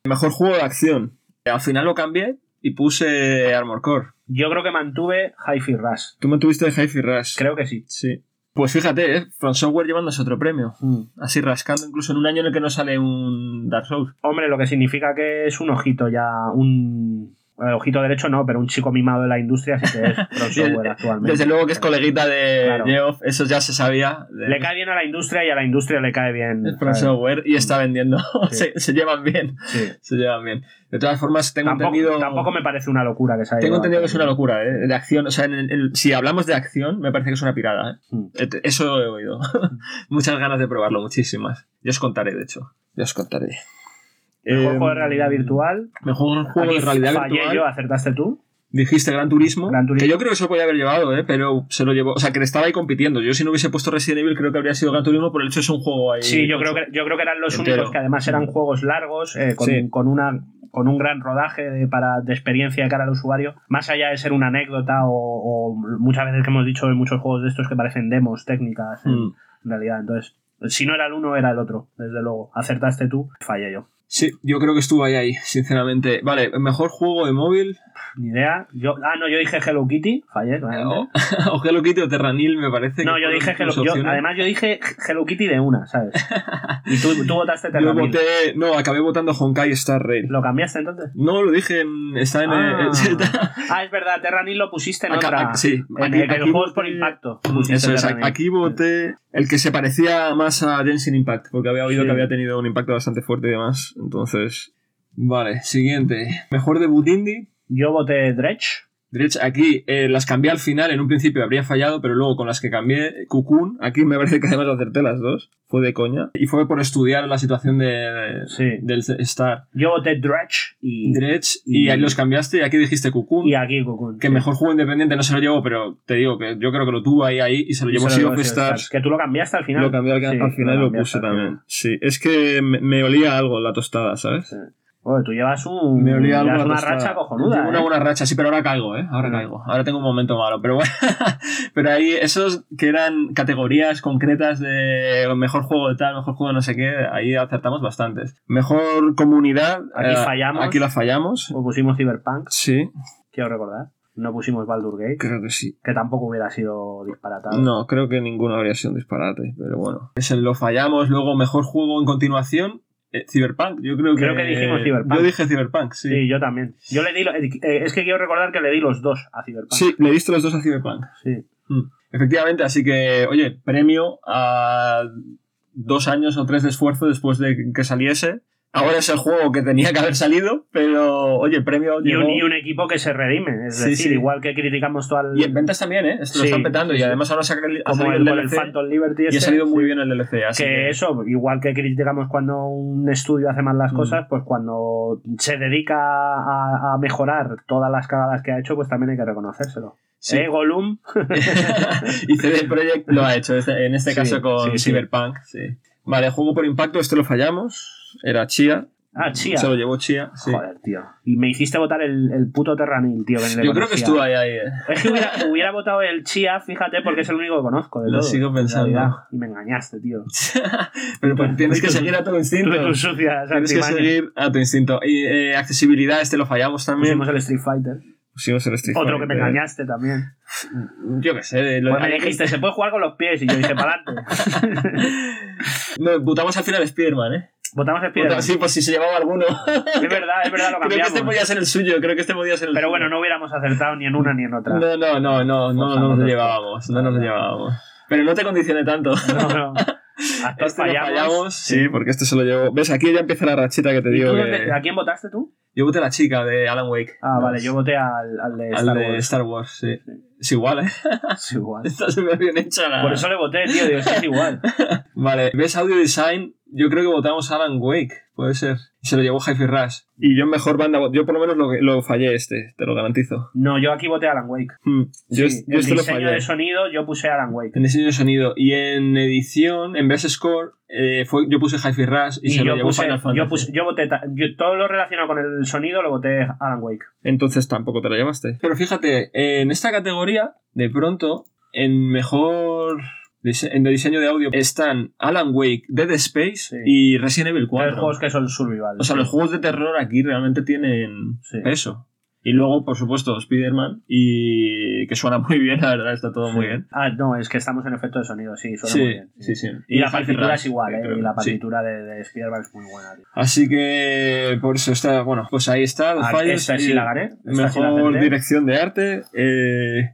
B: Mejor juego de acción. Eh, Al final lo cambié y puse Armor Core.
A: Yo creo que mantuve Hi-Fi Rush.
B: Tú me tuviste de Hi-Fi Rush.
A: Creo que sí.
B: Sí. Pues fíjate, ¿eh? From Software llevándose otro premio. Así rascando, incluso en un año en el que no sale un Dark Souls.
A: Hombre, lo que significa que es un ojito ya, un... El ojito derecho no, pero un chico mimado de la industria, así que es pro software actualmente.
B: Desde luego que es coleguita de
A: Claro.
B: Geoff, eso ya se sabía. De-
A: Le cae bien a la industria y a la industria le cae bien.
B: de From
A: ¿sabes?
B: Software y está vendiendo.
A: Sí.
B: se, se llevan bien.
A: Sí.
B: Se llevan bien. De todas formas, tengo
A: Tampoco,
B: entendido.
A: tampoco me parece una locura que se haya llevado
B: Tengo entendido que es una
A: también.
B: locura, ¿eh? De acción. O sea, en el- el- si hablamos de acción, me parece que es una pirada, ¿eh?
A: Mm.
B: Et- Eso he oído. Muchas ganas de probarlo, muchísimas. Yo os contaré, de hecho. Yo os contaré.
A: Mejor
B: Eh,
A: juego de realidad virtual.
B: Mejor juego
A: Aquí
B: de realidad
A: fallé
B: virtual.
A: yo, acertaste tú.
B: Dijiste Gran Turismo,
A: Gran Turismo.
B: Que yo creo que se lo podía haber llevado, ¿eh? Pero se lo llevó. O sea, que estaba ahí compitiendo. Yo si no hubiese puesto Resident Evil, creo que habría sido Gran Turismo, por el hecho es un juego ahí.
A: Sí, yo creo que, yo creo que eran los
B: Entero.
A: únicos que además eran juegos largos, eh, con,
B: Sí.
A: con una con un gran rodaje de, para, de experiencia de cara al usuario, más allá de ser una anécdota o, o muchas veces que hemos dicho en muchos juegos de estos que parecen demos técnicas en,
B: Mm.
A: en realidad. Entonces, si no era el uno, era el otro, desde luego. Acertaste tú, fallé yo.
B: Sí, yo creo que estuvo ahí, ahí, sinceramente. Vale, mejor juego de móvil.
A: Ni idea. Yo, ah, no, yo dije Hello Kitty, fallé. claramente.
B: O, o Hello Kitty o Terranil, me parece.
A: No,
B: que
A: yo
B: fueron
A: dije
B: tus
A: Hello yo-
B: opciones.
A: Además, yo dije Hello Kitty de una, ¿sabes? Y tú, tú votaste
B: Yo
A: Terramil.
B: voté. No, acabé votando Honkai Star Rail.
A: ¿Lo cambiaste entonces?
B: No, lo dije en. Está en.
A: Ah.
B: en- está-
A: Ah, es verdad, Terranil lo pusiste en
B: Acá-
A: otra.
B: aquí- sí,
A: en
B: aquí-
A: el,
B: aquí
A: el juegos
B: voté-
A: por impacto.
B: Eso es,
A: Terranil.
B: aquí voté el que se parecía más a Genshin Impact, porque había oído
A: Sí.
B: que había tenido un impacto bastante fuerte y demás. Entonces, vale, siguiente. Mejor debut indie.
A: Yo voté Dredge.
B: Derecha, aquí eh, las cambié al final, en un principio habría fallado, pero luego con las que cambié, Cocoon, aquí me parece que además acerté las dos, fue de coña. Y fue por estudiar la situación de, de-
A: Sí.
B: del Star
A: Yo voté Dredge y,
B: Dredge, y ahí los cambiaste, y aquí dijiste Cocoon.
A: y aquí Cocoon.
B: que mejor juego independiente no se lo llevó, pero te digo que yo creo que lo tuvo ahí, ahí y se lo llevó
A: Eso
B: Sea
A: lo
B: of
A: de
B: Stars.
A: Que tú lo cambiaste al final.
B: Lo cambié al,
A: Sí,
B: al final y lo
A: cambiaste
B: puse
A: al
B: también.
A: final.
B: Sí, es que me, me olía algo la tostada, ¿sabes?
A: Bueno, tú llevas un.
B: Me olía algo
A: llevas
B: la
A: una
B: tostada.
A: racha cojonuda.
B: Llevo una
A: ¿eh?
B: buena racha, sí, pero ahora caigo, ¿eh? Ahora
A: Mm.
B: caigo. Ahora tengo un momento malo, pero bueno. pero ahí, esos que eran categorías concretas de mejor juego de tal, mejor juego de no sé qué, ahí acertamos bastantes. Mejor comunidad. eh,
A: Aquí fallamos.
B: Aquí la fallamos.
A: O pusimos Cyberpunk,
B: Sí.
A: quiero recordar. no pusimos Baldur Gate,
B: Creo que sí.
A: que tampoco hubiera sido disparatado.
B: No, creo que ninguno habría sido un disparate, pero bueno. Ese lo fallamos, luego mejor juego en continuación. eh, Cyberpunk, yo creo que.
A: Creo que dijimos Cyberpunk.
B: Yo dije Cyberpunk, sí.
A: Sí,
B: Sí,
A: yo también. Yo le di, lo- eh, es que quiero recordar que le di los dos a Cyberpunk.
B: le diste los dos a Cyberpunk.
A: sí.
B: Mm. Efectivamente, así que, oye, premio a dos años o tres de esfuerzo después de que saliese. Ahora es el juego que tenía que haber salido, pero, oye, premio.
A: Y un,
B: llegó-
A: y un equipo que se redime. Es
B: Sí,
A: decir,
B: sí.
A: igual que criticamos todo al.
B: Y en ventas también, ¿eh? Esto lo
A: Sí,
B: están petando
A: sí,
B: y
A: sí.
B: además ahora se ha ha
A: como
B: salido
A: el,
B: el
A: con el
B: DLC
A: Phantom Liberty.
B: y ha
A: este,
B: salido muy
A: sí.
B: bien el DLC. Así
A: que
B: que
A: eso, igual que criticamos cuando un estudio hace mal las
B: Mm.
A: cosas, pues cuando se dedica a, a mejorar todas las cagadas que ha hecho, pues también hay que reconocérselo.
B: Sí.
A: ¿Eh, Gollum?
B: y CD Projekt lo ha hecho, este- en este
A: Sí,
B: caso con
A: sí, sí.
B: Cyberpunk. sí. Vale, juego por impacto, este lo fallamos. Era Chia.
A: Ah, Chia.
B: Se lo llevó Chia. Mm, sí.
A: Joder, tío. Y me hiciste votar el, el puto Terranil, tío. que ni le
B: Yo creo que
A: conocía.
B: estuvo ahí, ahí. eh.
A: Es que hubiera, hubiera votado el Chia, fíjate, porque es el único que conozco. De
B: Lo
A: todos,
B: sigo
A: en
B: pensando.
A: realidad. Y me engañaste, tío.
B: Pero pues, tienes que
A: Tú-
B: seguir a tu instinto.
A: Tú tus sucias
B: Tienes que
A: artimañas.
B: seguir a tu instinto. Y eh, accesibilidad, este lo fallamos también.
A: Pusimos el Street Fighter.
B: Pusimos el Street
A: Otro que me
B: Fighter.
A: engañaste también.
B: Yo qué sé. lo- eh,
A: Pues me dijiste, se puede jugar con los pies. Y yo dije, para adelante.
B: No, votamos al final Spider-Man, ¿eh?
A: Votamos Spider-Man.
B: Votamos- Sí, pues si se llevaba alguno.
A: Es verdad, es verdad, lo
B: Creo que este
A: cambiamos.
B: podía ser el suyo, creo que este podía ser el
A: Pero
B: suyo.
A: bueno, no hubiéramos acertado ni en una ni en otra.
B: No, no, no, no, no, no nos lo llevábamos, no nos lo llevábamos. Pero no te condicioné tanto.
A: No, no. Actor
B: Este lo
A: Eh, fallamos.
B: Sí, porque este se lo llevó. ¿Ves? Aquí ya empieza la rachita que te
A: ¿Y
B: digo.
A: tú
B: que-
A: dónde- ¿A quién votaste tú?
B: Yo voté a la chica de Alan Wake.
A: Ah, vale, yo voté al, al de
B: Al
A: Star
B: de
A: Wars.
B: Star Wars, sí. Es igual, ¿eh?
A: Es igual.
B: Está súper bien hecha la...
A: Por eso le voté, tío. Digo, sí, es igual.
B: Vale, ¿ves Audio Design? Yo creo que votamos a Alan Wake, puede ser. Se lo llevó Hi-Fi Rush. Y yo en mejor banda, yo por lo menos lo, lo fallé este, te lo garantizo.
A: No, yo aquí voté a Alan Wake.
B: Hmm, Yo,
A: Sí,
B: yo
A: el
B: este lo
A: diseño
B: fallé.
A: de sonido yo puse a Alan Wake.
B: En diseño de sonido. Y en edición, en best score, eh, fue, yo puse Hi-Fi Rush y,
A: Y
B: se lo
A: yo
B: llevó
A: puse,
B: Final Fantasy.
A: yo puse, yo voté, ta- yo- todo lo relacionado con el sonido lo voté a Alan Wake.
B: Entonces tampoco te lo llevaste. Pero fíjate, en esta categoría, de pronto, en mejor dise- en el diseño de audio están Alan Wake, Dead Space
A: Sí.
B: y Resident Evil
A: Los
B: 4.
A: juegos que son survival.
B: O sea, los juegos de terror aquí realmente tienen
A: Sí.
B: peso. Y luego, por supuesto, Spider-Man, y que suena muy bien, la verdad, está todo muy bien.
A: Ah, no, es que estamos en efecto de sonido, sí, suena
B: Sí,
A: muy bien.
B: sí, sí.
A: Y, la
B: Hi-Fi
A: partitura
B: Rush,
A: es igual,
B: que
A: ¿eh?
B: creo-
A: Y la
B: sí.
A: partitura de, de Spider-Man es muy buena, tío.
B: Así que por eso está, bueno, pues ahí está. Los
A: Ah,
B: fallos
A: esta
B: y
A: sí la gané. esta sí la
B: Mejor
A: acerté.
B: dirección de arte. eh,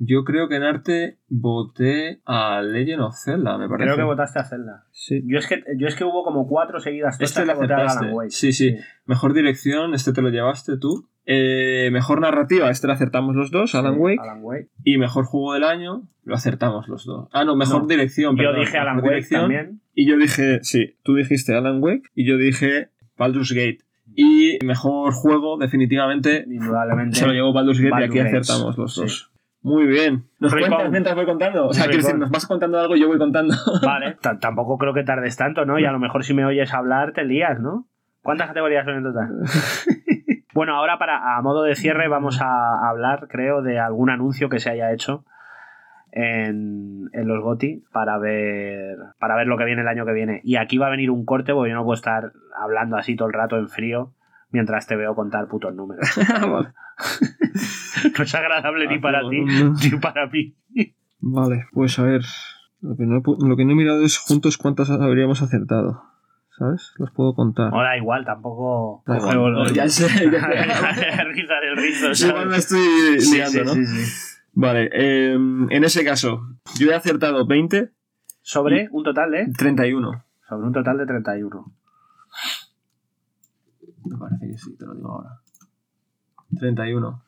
B: yo creo que en arte voté a Legend of Zelda, me parece.
A: Creo que votaste a Zelda.
B: Sí.
A: Yo es que, yo es que hubo como cuatro seguidas. tochas
B: Este la
A: que voté a
B: acertaste.
A: Alan Wake.
B: Sí, sí. Mejor dirección, este te lo llevaste tú. Eh, mejor narrativa, este lo acertamos los dos, Alan
A: Sí,
B: Wake.
A: Alan Wake.
B: Y mejor juego del año, lo acertamos los dos. Ah, no, mejor
A: No.
B: dirección.
A: Yo
B: perdón,
A: dije Alan
B: mejor
A: Wake
B: dirección.
A: también.
B: Y yo dije, sí, tú dijiste Alan Wake y yo dije Baldur's Gate. Y mejor juego, definitivamente,
A: Indudablemente.
B: se lo llevó Baldur's Gate
A: Baldur's
B: y aquí
A: Gate,
B: acertamos los
A: sí.
B: dos. Muy bien. ¿Nos
A: Recon.
B: cuentas mientras voy contando? O sea,
A: Recon.
B: quiero decir, nos vas contando algo y yo voy contando.
A: Vale. T- Tampoco creo que tardes tanto, ¿no? Y a lo mejor si me oyes hablar te lías, ¿no? ¿Cuántas categorías son en total? bueno, ahora para a modo de cierre vamos a hablar, creo, de algún anuncio que se haya hecho en, en los GOTI para ver para ver lo que viene el año que viene. Y aquí va a venir un corte porque yo no puedo estar hablando así todo el rato en frío mientras te veo contar putos números.
B: vale.
A: No es agradable
B: Ah,
A: ni para ti ni para mí.
B: Vale, pues a ver. Lo que, no, he pu- lo que no he mirado es juntos cuántas habríamos acertado. ¿Sabes? Las puedo contar.
A: No da igual, tampoco.
B: Da igual.
A: Juego-
B: Ya sé, ya sé.
A: Rizar el rizo, ¿sabes?
B: Igual me estoy
A: Sí,
B: liando,
A: sí,
B: ¿no?
A: sí, em, sí.
B: Vale, eh, en ese caso, yo he acertado 20,
A: Sobre un total de.
B: 31.
A: Sobre un total de 31.
B: Me parece que sí, te lo digo ahora. 31.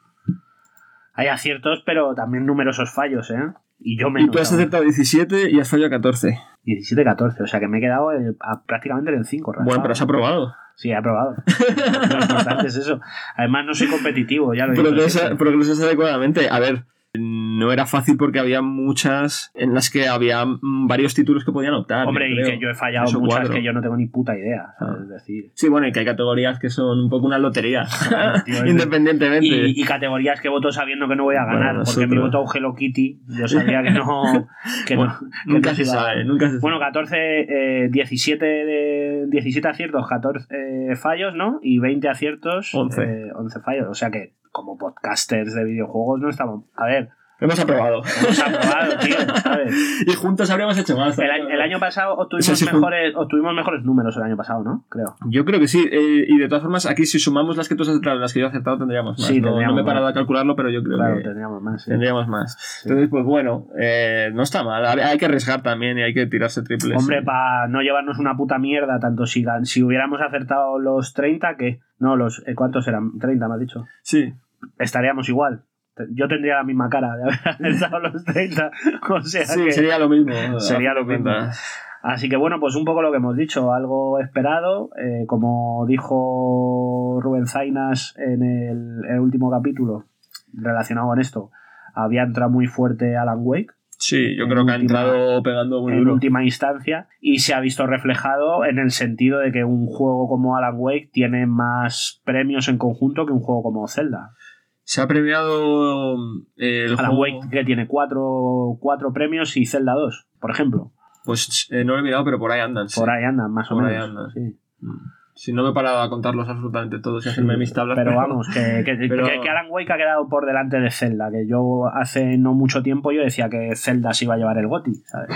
A: Hay aciertos, pero también numerosos fallos, ¿eh? Y yo
B: Y
A: menos.
B: tú has
A: aún.
B: acertado 17 y has fallado 14.
A: 17-14, o sea que me he quedado en- a- prácticamente en el 5.
B: Bueno, pero has aprobado.
A: Sí, he aprobado. Lo importante es eso. Además, no soy competitivo, ya lo ¿eh? he dicho
B: Progresa-
A: siempre.
B: Progresas adecuadamente. A ver, no era fácil porque había muchas en las que había mm, varios títulos que podían optar.
A: Hombre,
B: yo
A: y
B: creo.
A: que yo he fallado
B: Eso
A: muchas
B: cuadro.
A: que yo no tengo ni puta idea, ¿sabes?
B: Ah.
A: Es decir.
B: Sí, bueno, y que hay categorías que son un poco una lotería.
A: tío, es-
B: Independientemente.
A: Y, y categorías que voto sabiendo que no voy a
B: Bueno,
A: ganar, porque mi
B: nosotros-
A: voto a un Hello Kitty, yo sabía que no. Que
B: Bueno,
A: no que
B: nunca
A: no
B: se
A: iba a-
B: sabe, nunca se sabe.
A: Bueno, 14, eh, 17, de, 17 aciertos, 14 eh, fallos, ¿no? Y 20 aciertos,
B: Once.
A: eh, 11 fallos. O sea que como podcasters de videojuegos no estamos. A ver,
B: Hemos aprobado.
A: hemos aprobado, tío, ¿sabes?
B: y juntos habríamos hecho más. ¿eh?
A: El, año- el año pasado
B: Ese
A: obtuvimos
B: sí fue-
A: mejores, obtuvimos mejores números el año pasado, ¿no? Creo.
B: Yo creo que sí, eh, y de todas formas, aquí si sumamos las que tú has acertado y las que yo he acertado, tendríamos más.
A: Sí,
B: no,
A: tendríamos
B: no me he
A: más.
B: parado a calcularlo, pero yo creo
A: Claro,
B: que
A: tendríamos más. sí.
B: tendríamos más. Entonces, pues bueno, eh, no está mal. Hay que arriesgar también y hay que tirarse triples.
A: Hombre, para no llevarnos una puta mierda, tanto si, gan- si hubiéramos acertado los 30, que. No, los. eh, ¿Cuántos eran? 30, me has dicho.
B: Sí.
A: Estaríamos igual. Te- Yo tendría la misma cara de haber acertado los 30. O sea
B: Sí,
A: que-
B: sería lo mismo.
A: Sería lo mismo. Así que bueno, pues un poco lo que hemos dicho, algo esperado. eh, como dijo Rubén Zainas en el, el último capítulo relacionado con esto, había entrado muy fuerte Alan Wake
B: Sí, yo
A: En
B: creo que ha
A: última-
B: entrado pegando muy
A: en
B: duro.
A: última instancia y se ha visto reflejado en el sentido de que un juego como Alan Wake tiene más premios en conjunto que un juego como Zelda.
B: Se ha premiado eh, el
A: Alan
B: juego.
A: Wake que tiene cuatro, cuatro premios y Zelda 2, por ejemplo.
B: Pues eh, no lo he mirado, pero por ahí andan. sí.
A: Por ahí andan, más
B: Por
A: o
B: ahí
A: menos.
B: andan.
A: sí.
B: Mm. Si no me he parado a contarlos absolutamente todos y hacerme mis tablas.
A: Pero vamos, que, que-
B: Pero-
A: que- que Alan Wake ha quedado por delante de Zelda, que yo hace no mucho tiempo yo decía que Zelda se iba a llevar el GOTI, ¿sabes?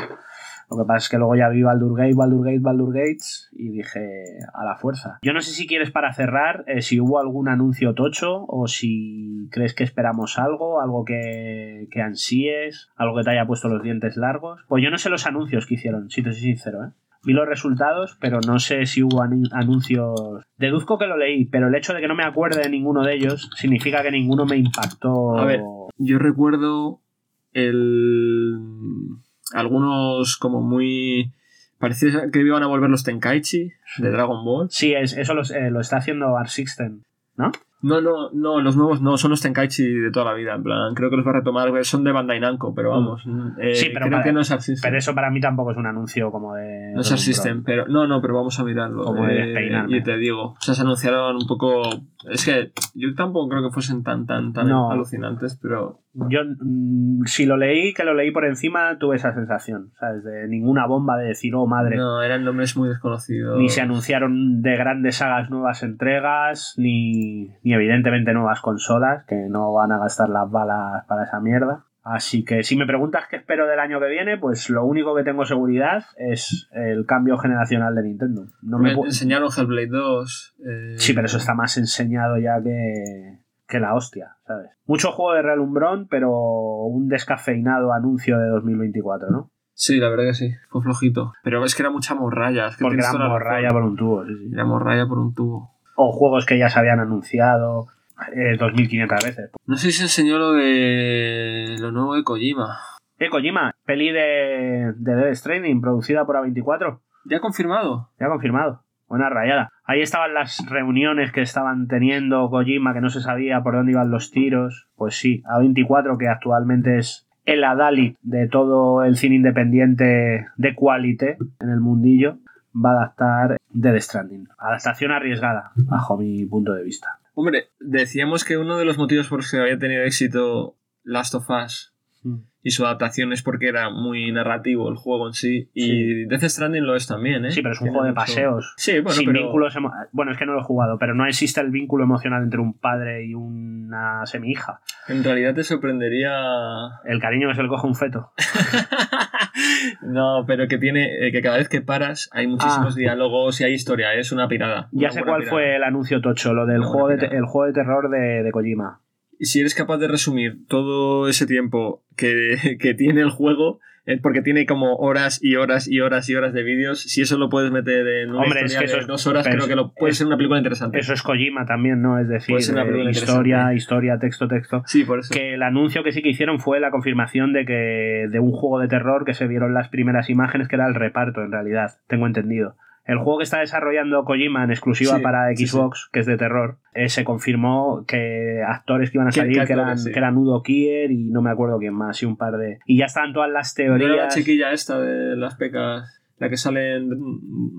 A: Lo que pasa es que luego ya vi Baldur Gate, Baldur Gate, Baldur Gates y dije a la fuerza. Yo no sé si quieres para cerrar eh, si hubo algún anuncio tocho o si crees que esperamos algo, algo que, que ansíes, algo que te haya puesto los dientes largos. Pues yo no sé los anuncios que hicieron, si te soy sincero, ¿eh? Vi los resultados, pero no sé si hubo anu- anuncios. Deduzco que lo leí, pero el hecho de que no me acuerde de ninguno de ellos significa que ninguno me impactó.
B: A ver. Yo recuerdo el. Algunos como muy. Parecía que iban a volver los Tenkaichi de Dragon Ball.
A: Sí, es- eso los- eh, lo está haciendo Art System.
B: No, no, no, los nuevos no, son los Tenkaichi de toda la vida. En plan, creo que los va a retomar, güey, son de Bandai Namco, pero vamos. eh,
A: Mm. Sí, pero
B: creo
A: para-
B: que no es Arc System.
A: Pero eso para mí tampoco es un anuncio como de.
B: no es Arc System, pero. No, no, pero vamos a mirarlo.
A: Como de
B: eh,
A: despeinarme.
B: y te digo. O sea, se anunciaron un poco. Es que yo tampoco creo que fuesen tan, tan, tan
A: No.
B: alucinantes, pero.
A: Yo, mm, si lo leí, que lo leí por encima, tuve esa sensación, ¿sabes? De ninguna bomba de decir, oh madre.
B: No, eran nombres muy desconocidos.
A: Ni se anunciaron de grandes sagas nuevas entregas, ni, ni evidentemente nuevas consolas, que no van a gastar las balas para esa mierda. Así que si me preguntas qué espero del año que viene, pues lo único que tengo seguridad es el cambio generacional de Nintendo. No me
B: Me
A: pu-
B: enseñaron Hellblade 2. eh,
A: Sí, pero eso está más enseñado ya que, que la hostia, ¿sabes? Mucho juego de relumbrón, pero un descafeinado anuncio de 2024, ¿no?
B: Sí, la verdad que sí. Fue flojito. Pero es que era mucha morralla. Es que
A: Porque
B: tienes
A: era
B: toda la
A: morralla
B: razón.
A: por un tubo, sí, sí.
B: Era morralla por un tubo.
A: O juegos que ya se habían anunciado eh, 2.500 veces.
B: No sé si se enseñó lo de. Lo nuevo de Kojima.
A: Eh, Kojima, peli de, de Death Stranding producida por A24,
B: ¿Ya confirmado?
A: ya confirmado. Buena rayada. Ahí estaban las reuniones que estaban teniendo Kojima, que no se sabía por dónde iban los tiros. Pues sí, A24, que actualmente es el Adalid de todo el cine independiente de qualité en el mundillo, va a adaptar Death Stranding. Adaptación arriesgada, bajo mi punto de vista.
B: Hombre, decíamos que uno de los motivos por los que había tenido éxito Last of Us y su adaptación es porque era muy narrativo el juego en sí. Y Death Stranding lo es también, ¿eh?
A: Sí, pero es un
B: Tiene
A: juego de
B: mucho-
A: paseos.
B: Sí, bueno,
A: sin
B: pero.
A: vínculos emo- bueno es que no lo he jugado pero no existe el vínculo emocional entre un padre y una semihija
B: En realidad te sorprendería.
A: el cariño que se le coge a un feto
B: no, pero que tiene. eh, que cada vez que paras hay muchísimos
A: Ah.
B: diálogos y hay historia. ¿eh? Es una pirada.
A: ya
B: una
A: sé
B: buena
A: cuál
B: pirada.
A: fue el anuncio tocho lo del
B: Una
A: juego de,
B: buena
A: te- el juego de terror de, de Kojima
B: Y si eres capaz de resumir todo ese tiempo que, que tiene el juego, eh, porque tiene como horas y horas y horas y horas de vídeos, si eso lo puedes meter en una
A: Hombre, es
B: historia
A: que eso
B: de
A: es-
B: dos horas,
A: pero
B: creo que lo puede
A: es-
B: ser una película interesante.
A: eso es Kojima también no es decir
B: Pues es una
A: eh,
B: película
A: historia
B: interesante.
A: historia texto texto
B: sí, por eso.
A: que el anuncio que sí que hicieron fue la confirmación de que de un juego de terror que se vieron las primeras imágenes que era el reparto en realidad tengo entendido el juego que está desarrollando Kojima en exclusiva
B: Sí,
A: para
B: sí, sí.
A: Xbox, que es de terror, eh, se confirmó que actores que iban a
B: ¿Qué-
A: salir,
B: qué
A: que eran,
B: actores, sí?
A: que eran Udo Kier y no me acuerdo quién más, y un par de... Y ya están todas las
B: ¿No era la
A: teorías...
B: chiquilla esta de las pecas, la que sale en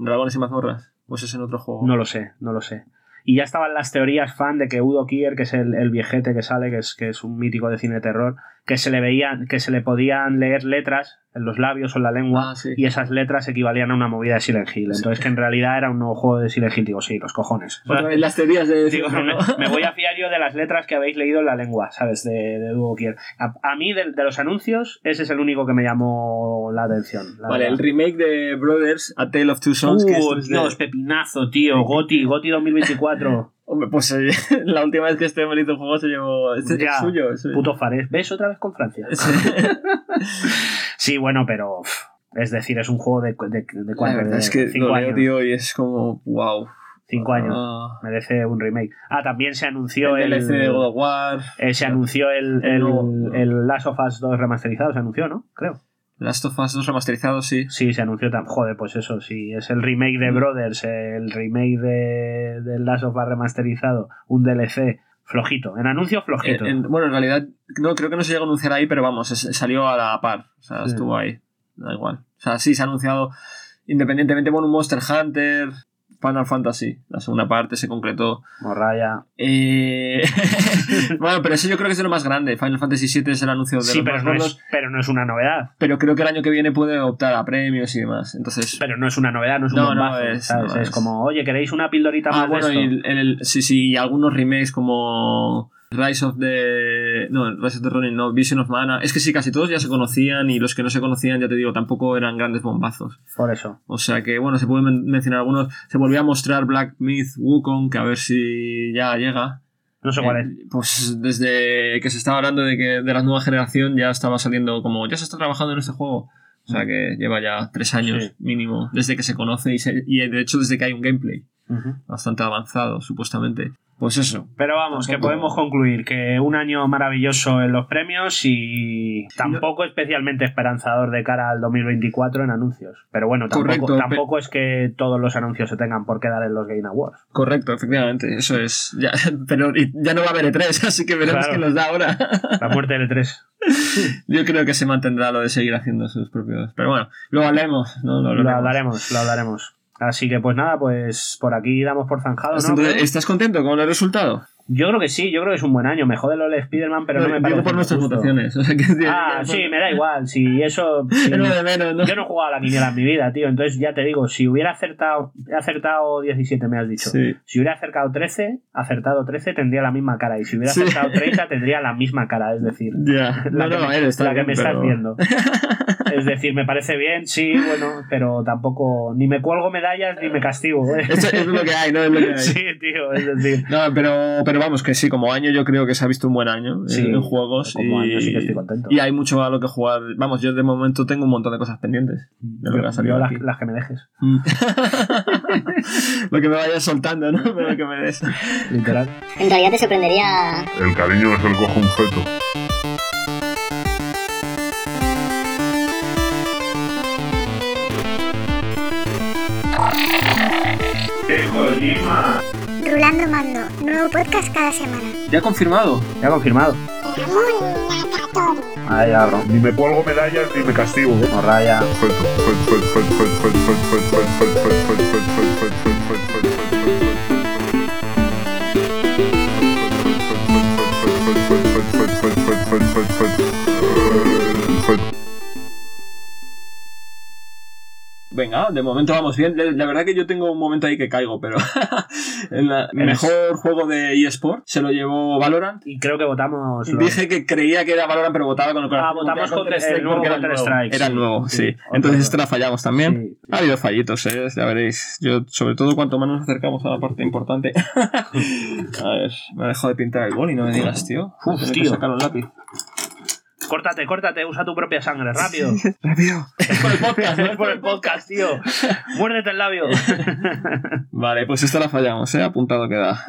B: Dragones y Mazmorras? Pues es en otro juego.
A: No lo sé, no lo sé. Y ya estaban las teorías fan de que Udo Kier, que es el, el viejete que sale, que es, que es un mítico de cine de terror, que se le veían, que se le podían leer letras en los labios o en la lengua,
B: Ah, sí.
A: y esas letras equivalían a una movida de Silent Hill. Entonces, que en realidad era un nuevo juego de Silent Hill, digo, sí, los cojones. O sea,
B: Otra vez las teorías de...
A: Digo,
B: ¿no?
A: me, me voy a fiar yo de las letras que habéis leído en la lengua, ¿sabes? De, de Hugo Kier. A, a mí, del- de, los anuncios, ese es el único que me llamó la atención. la
B: Vale, el
A: verdad.
B: remake de Brothers, A Tale of Two Sons. que esto
A: Uh,
B: es de-
A: Dios, pepinazo, tío. Goti, Goti 2024.
B: Hombre, pues eh, la última vez que este me hizo juego se llevó... Este
A: Ya,
B: es suyo. es-
A: Puto Fares. ¿Ves otra vez con Francia?
B: es-
A: Sí, bueno, pero. uf, es decir, es un juego de, de, de
B: La
A: cuatro.
B: verdad
A: de
B: es que
A: cinco
B: lo leo,
A: años.
B: tío, y es como... Wow.
A: Cinco años.
B: Ah,
A: Merece un remake. Ah, también se anunció
B: el
A: el.
B: DLC de God of War,
A: eh, se anunció el,
B: El
A: el,
B: nuevo.
A: el Last of Us 2 remasterizado, se anunció, ¿no? Creo.
B: Last of Us 2 remasterizado, sí.
A: Sí, se anunció tan. Joder, pues eso, sí. Es el remake de
B: Mm.
A: Brothers, el remake de, del Last of Us remasterizado, un DLC flojito. En anuncio flojito.
B: En- en- bueno, en realidad, no, creo que no se llegó a anunciar ahí, pero vamos, es- salió a la par. O sea,
A: Sí.
B: estuvo ahí. Da igual. O sea, sí, se ha anunciado independientemente, bueno, un Monster Hunter, Final Fantasy. La segunda parte se concretó.
A: Morraya.
B: Eh, bueno, pero eso yo creo que es de lo más grande. Final Fantasy VII es el anuncio de
A: Sí,
B: los
A: pero
B: más
A: no,
B: gordos,
A: es, pero no es una novedad.
B: pero creo que el año que viene puede optar a premios y demás. Entonces,
A: Pero no es una novedad, no es un
B: No, no
A: bombazo,
B: es,
A: ¿sabes?
B: no
A: es,
B: es.
A: como, oye, ¿queréis una pildorita
B: ah,
A: más
B: bueno,
A: de
B: y
A: esto?
B: el, el- sí, sí, y algunos remakes como Rise of the. No, Rise of the Ronin, no, Vision of Mana. Es que sí, casi todos ya se conocían y los que no se conocían, ya te digo, tampoco eran grandes bombazos.
A: Por eso.
B: O sea que, bueno, se pueden men- mencionar algunos. Se volvió a mostrar Black Myth Wukong, que a ver si ya llega.
A: No sé cuál es.
B: Eh, Pues desde que se estaba hablando de que de la nueva generación ya estaba saliendo como ya se está trabajando en este juego. O sea que lleva ya tres años
A: Sí.
B: mínimo desde que se conoce y, se- y de hecho desde que hay un gameplay
A: Ujú.
B: bastante avanzado, supuestamente. Pues eso.
A: Pero vamos, que
B: Tampoco-
A: podemos concluir que un año maravilloso en los premios y tampoco especialmente esperanzador de cara al 2024 en anuncios. Pero bueno, tampoco,
B: Correcto, pe-
A: tampoco es que todos los anuncios se tengan por quedar en los Game Awards.
B: Correcto, efectivamente, eso es. Ya, pero y- ya no va a haber E3, así que veremos
A: Claro.
B: qué nos da ahora.
A: La muerte del 3
B: Yo creo que se mantendrá lo de seguir haciendo sus propios. Pero bueno, lo hablaremos. No, lo
A: lo
B: hablaremos.
A: hablaremos, lo hablaremos. Así que pues nada, pues por aquí damos por zanjado, ¿no?
B: Entonces, ¿Estás contento con el resultado?
A: Yo creo que sí, yo creo que es un buen año. Me jode lo de Spider-Man, pero no, me parece.
B: Digo por nuestras
A: justo.
B: votaciones. o sea que-
A: Ah, sí, me da igual. Si eso. si-
B: Es lo de menos, ¿no?
A: Yo no he jugado a la quiniela en mi vida, tío. Entonces ya te digo, si hubiera acertado. He acertado 17, me has dicho.
B: Sí.
A: Si hubiera acertado 13, acertado 13, tendría la misma cara. Y si hubiera
B: Sí.
A: acertado 30, tendría la misma cara. Es decir,
B: Ya.
A: la
B: No,
A: que
B: no,
A: me,
B: él está
A: la que
B: bien,
A: me estás
B: pero-
A: viendo. Es decir, me parece bien, sí, bueno, pero tampoco. Ni me cuelgo medallas ni me castigo. ¿eh?
B: Eso es lo que hay, ¿no? Es lo que hay.
A: Sí, tío, es decir.
B: No, pero, pero vamos, que sí, como año yo creo que se ha visto un buen año eh,
A: Sí,
B: en juegos.
A: como
B: y,
A: año sí que estoy contento.
B: y hay mucho a lo que jugar. Vamos, yo de momento tengo un montón de cosas pendientes. de lo que ha
A: Yo-
B: salido
A: yo las,
B: aquí. Mm.
A: las que me dejes,
B: lo que me vayas soltando, ¿no? Pero lo que me des.
A: literal.
C: En realidad te sorprendería
E: El cariño es el cojo un feto.
F: Rulando Mando, nuevo podcast cada semana.
B: Ya confirmado.
A: Ya confirmado. Ahí abro.
E: Ni me cuelgo medallas ni me castigo. ¿eh?
A: Morraya.
B: Venga, de momento vamos bien. La la verdad que yo tengo un momento ahí que caigo, pero en la-
A: Eres-
B: mejor juego de eSport se lo llevó Valorant.
A: Y creo que votamos. los-
B: Dije que creía que era Valorant, pero votaba con el corazón.
A: Ah, votamos
B: Votaba
A: contra-
B: Counter-Strike
A: el nuevo
B: porque era
A: Counter-Strike,
B: Era el
A: sí,
B: nuevo,
A: sí.
B: sí.
A: Otra
B: Entonces
A: vez.
B: esta la fallamos también.
A: Sí.
B: Ha habido fallitos, ¿eh? ya veréis. Yo, sobre todo, cuanto más nos acercamos a la parte importante. a ver, me ha dejado de pintar el boli, no me digas, tío. Voy a tener que
A: tío.
B: sacar un lápiz.
A: Córtate, córtate, usa tu propia sangre, rápido.
B: Rápido.
A: es por el podcast, no es por el podcast, tío. Muérdete el labio.
B: Vale, pues esta la fallamos, ¿eh? Apuntado queda.